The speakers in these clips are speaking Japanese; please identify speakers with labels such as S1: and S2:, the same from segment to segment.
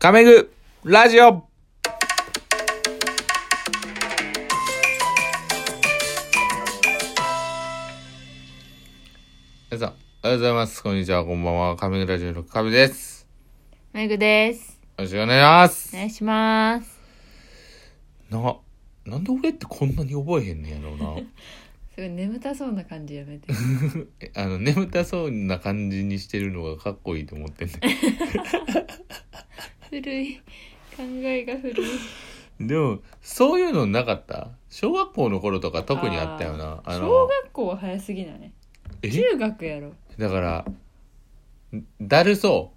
S1: 亀具ラジオ皆さん、おはようございます。こんにちは、こんばんは。亀具ラジオの亀です。
S2: めぐです。
S1: よろしくお願いします
S2: お。願いします。
S1: な、なんで俺ってこんなに覚えへんねんやろう な。
S2: すごい眠たそうな感じやめ て。
S1: えあの、眠たそうな感じにしてるのがかっこいいと思ってんねん
S2: 古い。考えが古い。
S1: でも、そういうのなかった小学校の頃とか特にあったよな。あ
S2: 小
S1: の、
S2: 学校は早すぎないね。
S1: え
S2: 中学やろ。
S1: だから、んだるそ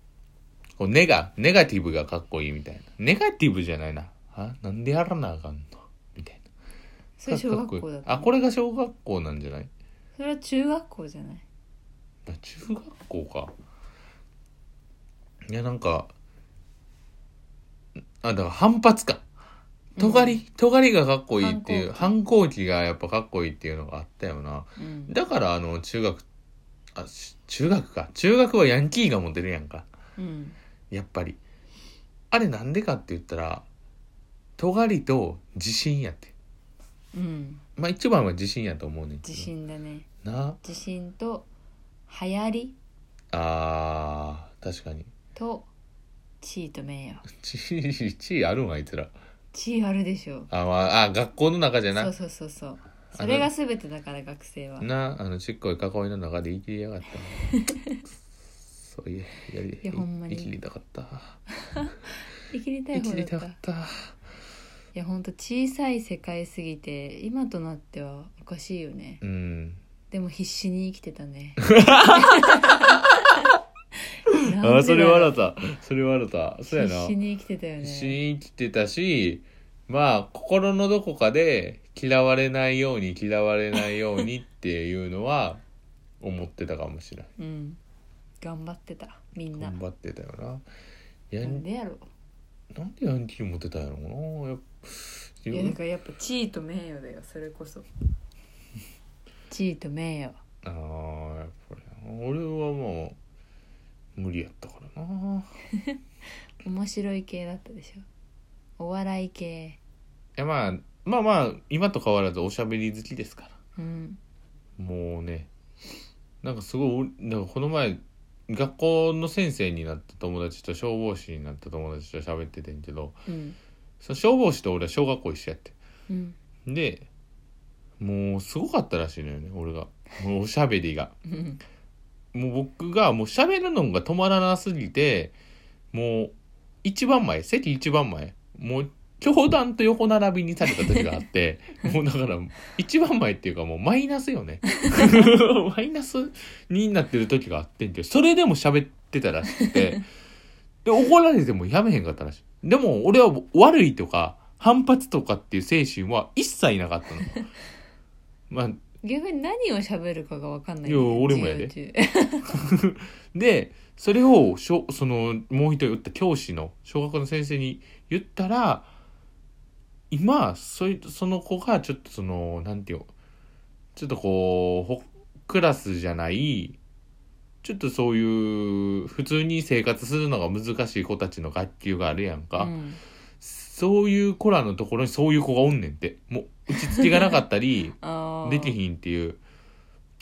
S1: う。こうネガ、ネガティブがかっこいいみたいな。ネガティブじゃないな。あ、なんでやらなあかんのみたいな。
S2: それ小
S1: かっこい
S2: 学
S1: い
S2: 校だった。
S1: あ、これが小学校なんじゃない
S2: それは中学校じゃない。
S1: あ中学校か。いや、なんか、あ、だから反発か。尖り、尖りがかっこいいっていう、反抗期がやっぱかっこいいっていうのがあったよな。
S2: うん。
S1: だからあの中学あし中学か中学はヤンキーがモデルやんか
S2: うん。
S1: やっぱりあれなんでかって言ったら尖りと自信やって
S2: うん。
S1: まあ一番は自信やと思うねんけど
S2: 自信だね。
S1: な
S2: 自信と、流行り
S1: あー確かに
S2: と、地位と名誉。
S1: 地地位あるんあいつら
S2: 地位あるでしょ。
S1: あ、まあ、あ学校の中じゃ
S2: そ
S1: な
S2: うそうそうそう。それが全てだから学生は。
S1: なあのちっこい囲いの中で生きりや がったくっそういえやり
S2: いやほんまに
S1: 生きりたかった
S2: 生きりたい
S1: 生き
S2: 方だ
S1: り
S2: ったた
S1: か。った
S2: いやほんと小さい世界すぎて今となってはおかしいよね
S1: うん
S2: でも必死に生きてた ね
S1: あそれ笑
S2: っ
S1: ったそれ笑ったそうやな
S2: 必死に生きてたよね
S1: 必死に生きてたしまあ心のどこかで嫌われないように嫌われないようにっていうの は思ってたかもしれ
S2: うん頑張ってたみん
S1: な
S2: ない
S1: 頑張ってたよなや
S2: なんんでやろ
S1: なんでヤンキー持ってたんやろうなやっぱ
S2: いやだからやっぱ地位と名誉だよそれこそ地位と名誉
S1: あーやっぱりな俺はもう無理やったからな
S2: 面白い系だったでしょお笑い系
S1: いやまあまあまあ今と変わらずおしゃべり好きですから
S2: うん
S1: もうねなんかすごいなんかこの前学校の先生になった友達と消防士になった友達と喋っててんけど
S2: うん
S1: その消防士と俺は小学校一緒やって
S2: うん
S1: でもうすごかったらしいのよね俺がもうおしゃべりが
S2: うん
S1: もう僕がもう喋るのが止まらなすぎてもう一番前席一番前もう教団と横並びにされた時があってもうだから一番前っていうかもうマイナスよねマイナスになってる時があってんけどそれでも喋ってたらしくてで怒られてもやめへんかったらしいでも俺は悪いとか反発とかっていう精神は一切なかったのまあ
S2: 逆に何を喋るかが分かんない
S1: いや俺もやで
S2: 授業中
S1: でそれをしょそのもう一人言った教師の小学校の先生に言ったら今そいその子がちょっとそのなんていうのちょっとこうほクラスじゃないちょっとそういう普通に生活するのが難しい子たちの学級があるやんか、
S2: うん
S1: そういう子らのところにそういう子がおんねんってもう打ちつけがなかったり
S2: あー
S1: できひんっていう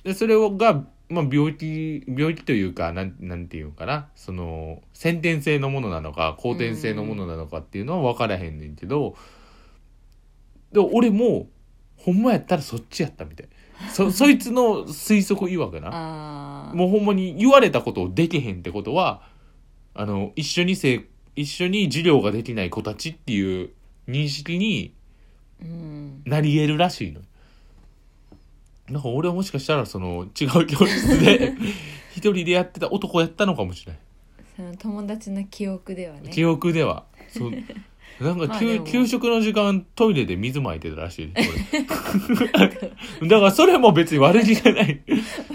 S1: でそれをが、まあ、病気病気というかなんなんていうのかなその先天性のものなのか後天性のものなのかっていうのは分からへんねんけど、で俺もほんまやったらそっちやったみたいそ そいつの推測曰くな
S2: あー
S1: もうほんまに言われたことをできへんってことはあの一緒にせ一緒に授業ができない子たちっていう認識に
S2: うん
S1: なり得るらしいのなんか俺はもしかしたらその違う教室 で一人でやってた男やったのかもしれない、
S2: その友達の記憶ではね
S1: 記憶では そうなん
S2: ま
S1: か
S2: あ
S1: 給,、
S2: でも
S1: 給食の時間トイレで水まいてたらし い俺だからそれも別に悪気が ない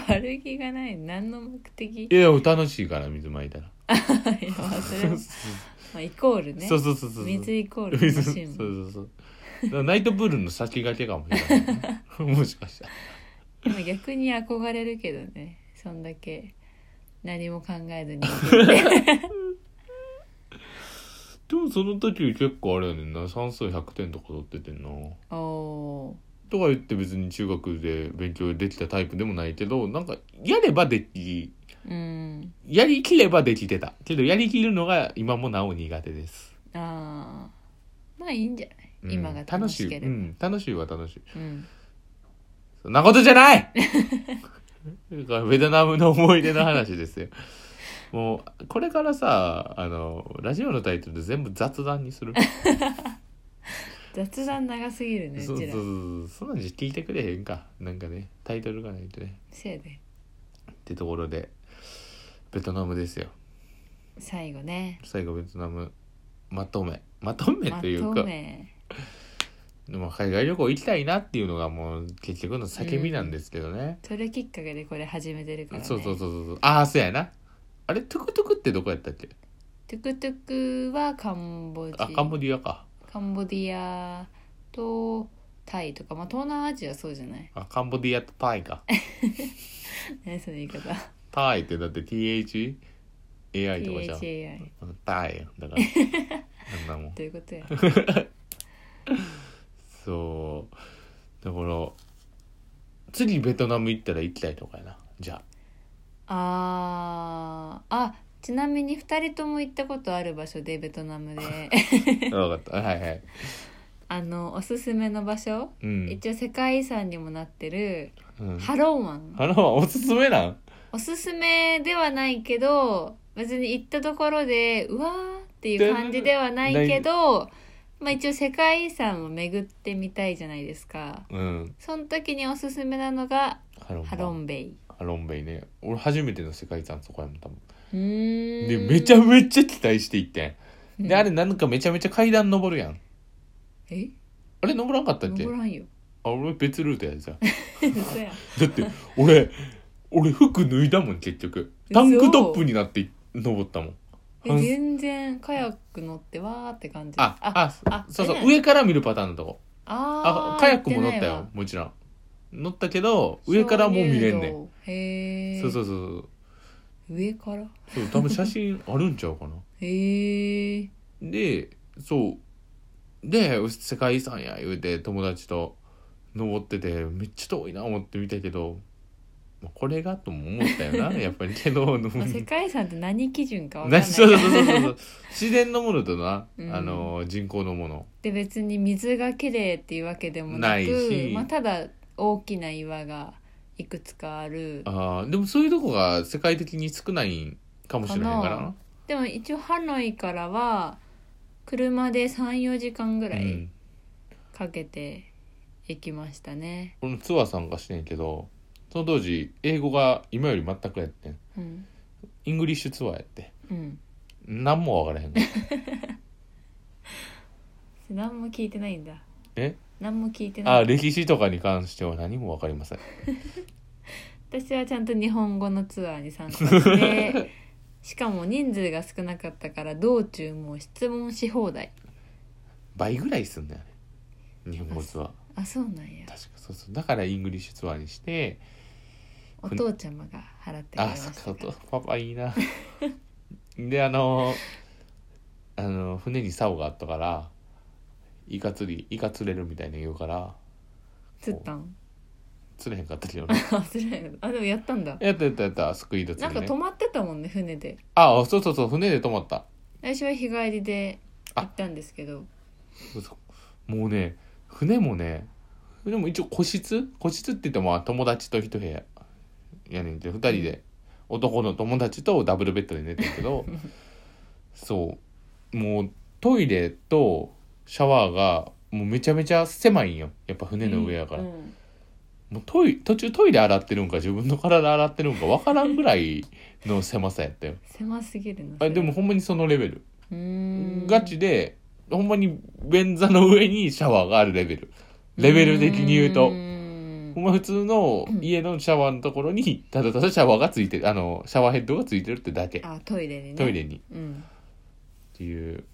S2: 悪気がない何の目的い
S1: いや楽しいから水まいたら、
S2: やまあそれは、まあ、イコールね
S1: そうそうそうそう
S2: 水イコール
S1: 水
S2: 楽
S1: そうそ
S2: しいうもん
S1: そうだからナイトプールの先駆けかもしれないね、もしかしたら
S2: でも逆に憧れるけどねそん だけ何も考えずに
S1: その時結構あれやねんな算数100点とか取っててんな
S2: おお
S1: とか言って別に中学で勉強できたタイプでもないけどなんかやればでき
S2: ーうん
S1: やりきればできてたけどやりきるのが今もなお苦手です、
S2: ああまあいいんじゃない、
S1: うん
S2: 今が楽しければ
S1: 楽しい、うん、楽しいは楽しい
S2: うん
S1: そんなことじゃないベトナムの思い出の話ですよ。もう、これからさ、あの、ラジオのタイトル全部雑談にす る。
S2: 雑談長すぎるね
S1: そう
S2: う
S1: そう
S2: ちら
S1: そう。そんなんじゃ聞いてくれへんか。なんかね、タイトルがないとね。
S2: せやで
S1: ってところで、ベトナムですよ。
S2: 最後ね
S1: 最後、ベトナム、まとめ。まとめ
S2: ま
S1: という
S2: と
S1: か、
S2: め
S1: でも海外旅行行きたいなっていうのがもう結局の叫びなんですけどね。
S2: それきっかけでこれ始めてるから、ね、
S1: そうそうそうそう。ああ、そうやな。あれ、トゥクトゥクってどこやったっけ
S2: トゥクトゥクはカンボジ
S1: あ、カンボジアか。
S2: カンボディアとタイとか、まあ、東南アジアそうじゃない
S1: あ、カンボディアとタイか。
S2: 何その言い方
S1: タイってだって THAI とかじゃん。
S2: THAI
S1: タイやんだから。あんなもん。
S2: どういうことや
S1: そう。だから、次ベトナム行ったら行きたいとかやな。じゃ
S2: あーあちなみに2人とも行ったことある場所でベト ナムで
S1: あ。わかった。はいはい。
S2: あのおすすめの場所、
S1: うん。
S2: 一応世界遺産にもなってる
S1: うん、
S2: ハローマン
S1: あの、おすすめなん
S2: おすすめではないけど別に行ったところでうわーっていう感じではないけど、まあ、一応世界遺産を巡ってみたいじゃないですか
S1: うん。
S2: その時におすすめなのが
S1: ハロン
S2: ハロンベイ
S1: ハロンベイね。俺初めての世界遺産そこやもん、多分。
S2: うーん
S1: で、めちゃめちゃ期待して行って
S2: うん
S1: ん。で、あれなんかめちゃめちゃ階段登るやん。
S2: え
S1: あれ登らんかったっけ
S2: 登らんよ
S1: あ、俺別ルートやじゃん。
S2: 嘘やん
S1: だって俺俺服脱いだもん結局タンクトップになって登ったもん
S2: え全然カヤック乗ってわーって感じ
S1: ああ
S2: あ
S1: そうそう
S2: え
S1: 上から見るパターンのとこあ
S2: あー
S1: カヤックも乗っ
S2: 行
S1: た
S2: てない
S1: よ
S2: わ
S1: もちろん乗ったけど上からもう見れんねん
S2: 鍾乳洞へえ
S1: そうそうそう
S2: 上から
S1: そう多分写真あるんちゃうかな
S2: へえ
S1: でそうで世界遺産や言うて友達と登っててめっちゃ遠いな思って見たけどまあこれがとも思ったよ なやっぱりけど
S2: まあ世界遺産って何基準かわかんな
S1: ない そうそうそうそうそう自然のものとな、
S2: うん
S1: あの人工のもの
S2: で別に水がきれいっていうわけでもなく
S1: ないし
S2: まあ、ただ大きな岩がいくつかある
S1: あーでもそういうとこが世界的に少ないんかもしれないから
S2: か
S1: な
S2: なでも一応ハノイからは車で34時間ぐら
S1: う
S2: い
S1: ん、
S2: かけて行きましたね、
S1: このツアー参加してんけどその当時英語が今より全くやってん
S2: うん
S1: イングリッシュツアーやって
S2: うん
S1: 何も分からへんかった
S2: 何も聞いてないんだ
S1: え
S2: 何も聞いて
S1: あ
S2: な
S1: ー
S2: い
S1: 歴史とかに関しては何も分かりません
S2: 私はちゃんと日本語のツアーに参加して しかも人数が少なかったから道中もう質問し放題
S1: 倍ぐらいすんだよね日本語ツアー
S2: あそうなんや
S1: 確かそうそうだからイングリッシュツアーにして
S2: お父ちゃまが払ってくれま
S1: あ
S2: し
S1: そ
S2: た
S1: っ
S2: か
S1: からそっかパパいいな であのあの船に竿があったからイカ釣りイカ釣れるみたいな言うから
S2: 釣ったん
S1: 釣れへんかったけどね
S2: あ釣れないあでもやったんだ
S1: やったやったやったスクイード
S2: な
S1: 釣
S2: ん
S1: り、
S2: か
S1: ね、
S2: 止まってたもんね船で
S1: ああそうそうそう船で泊まった
S2: 私は日帰りで行ったんですけど
S1: そうそうもうね船もね船も一応個室個室って言ってもまあ友達と一部屋やねんけど2人で男の友達とダブルベッドで寝てんけ どそうもうトイレとシャワーがもうめちゃめちゃ狭いんよやっぱ船の上やから、
S2: うん
S1: もうトイ途中トイレ洗ってるんか自分の体洗ってるんか分からんぐらいの狭さやった よ
S2: 狭すぎるなそ
S1: あ
S2: れ
S1: でもほんまにそのレベル
S2: うーん
S1: ガチで、ほんまに便座の上にシャワーがあるレベル。レベル的に言うと
S2: ー、ん
S1: ほんま普通の
S2: うん
S1: 家のシャワーのところに、ただただシャワーがついてる、あの、シャワーヘッドがついてるってだけ。
S2: あトイレにね
S1: トイレに。
S2: うん
S1: っていう、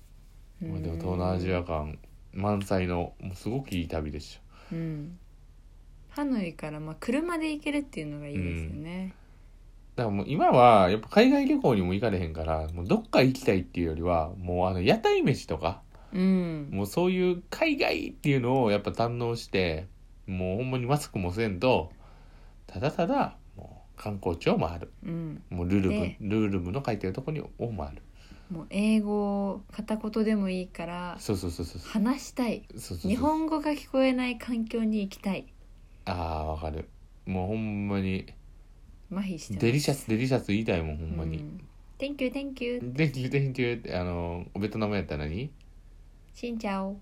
S1: まあ、でも東南アジ
S2: う
S1: ア感満載の、もうすごくいい旅でした。
S2: んハノイからまあ車で行けるっていうのがいいですよね
S1: だからもう今はやっぱ海外旅行にも行かれへんからもうどっか行きたいっていうよりはもうあの屋台飯とか
S2: うん
S1: もうそういう海外っていうのをやっぱ堪能してもうほんまにマスクもせんとただただもう観光地を回る
S2: うん
S1: もうルルブ、
S2: ね
S1: ルルブの書いてるとこにを回る
S2: もう英語を片言でもいいから
S1: そうそうそうそうそう
S2: 話したい
S1: そうそう
S2: 日本語が聞こえない環境に行きたい
S1: ああわかるもうほんまに
S2: 麻痺してます
S1: デリシャスデリシャス言いたいもんほんま
S2: う
S1: に、
S2: ん Thank you thank you
S1: でん、でんでんあのベトナムやったら何
S2: しんちゃお、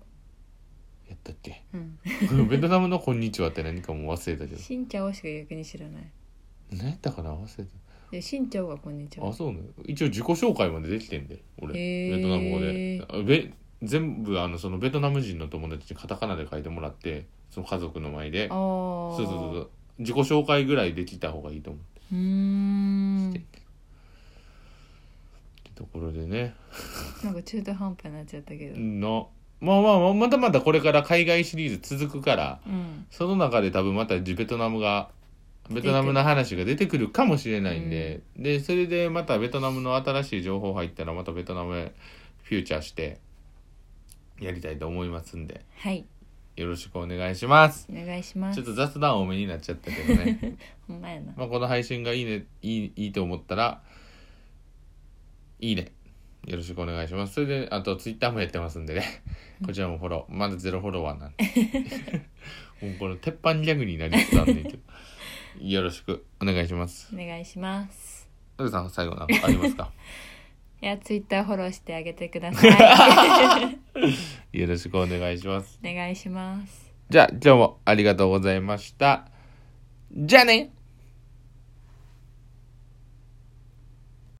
S1: やったっけ
S2: うん、
S1: ベトナムの「こんにちは」って何かもう忘れたけど
S2: しんちゃおしか逆に知らない
S1: 何やったかな忘れた
S2: でしんちゃおがこんにちは
S1: あそうね一応自己紹介までできてんで俺
S2: へー
S1: ベトナム語であべ全部あのそのベトナム人の友達にカタカナで書いてもらってその家族の前で
S2: あ
S1: そうそ
S2: ー
S1: うそうそう自己紹介ぐらいできた方がいいと思う
S2: うーん
S1: ってところでね
S2: なんか中途半端になっちゃったけど
S1: のまあまあまあまだまだこれから海外シリーズ続くから
S2: うん
S1: その中で多分またベトナムがベトナムの話が出てくるかもしれないんで、でそれでまたベトナムの新しい情報入ったらまたベトナムへフューチャーしてやりたいと思いますんで
S2: はい
S1: よろしくお願いします
S2: お願いしま
S1: ちょ
S2: す
S1: っと雑談多めになっちゃったけど ね
S2: ほんまやな
S1: まあこの配信がいいねいいいいと思ったらいいねよろしくお願いしますそれであとツイッターもやってますんでねこちらもフォローまだゼロフォロワーなんで もうこの鉄板ギャグになりつつあんねんけどよろしくお願いします
S2: お願いします
S1: トルさん最後なんかありますか
S2: いやツイッターフォローしてあげてくださ い
S1: よろしくお願いします
S2: お願いします
S1: じゃあ今日もありがとうございましたじゃあね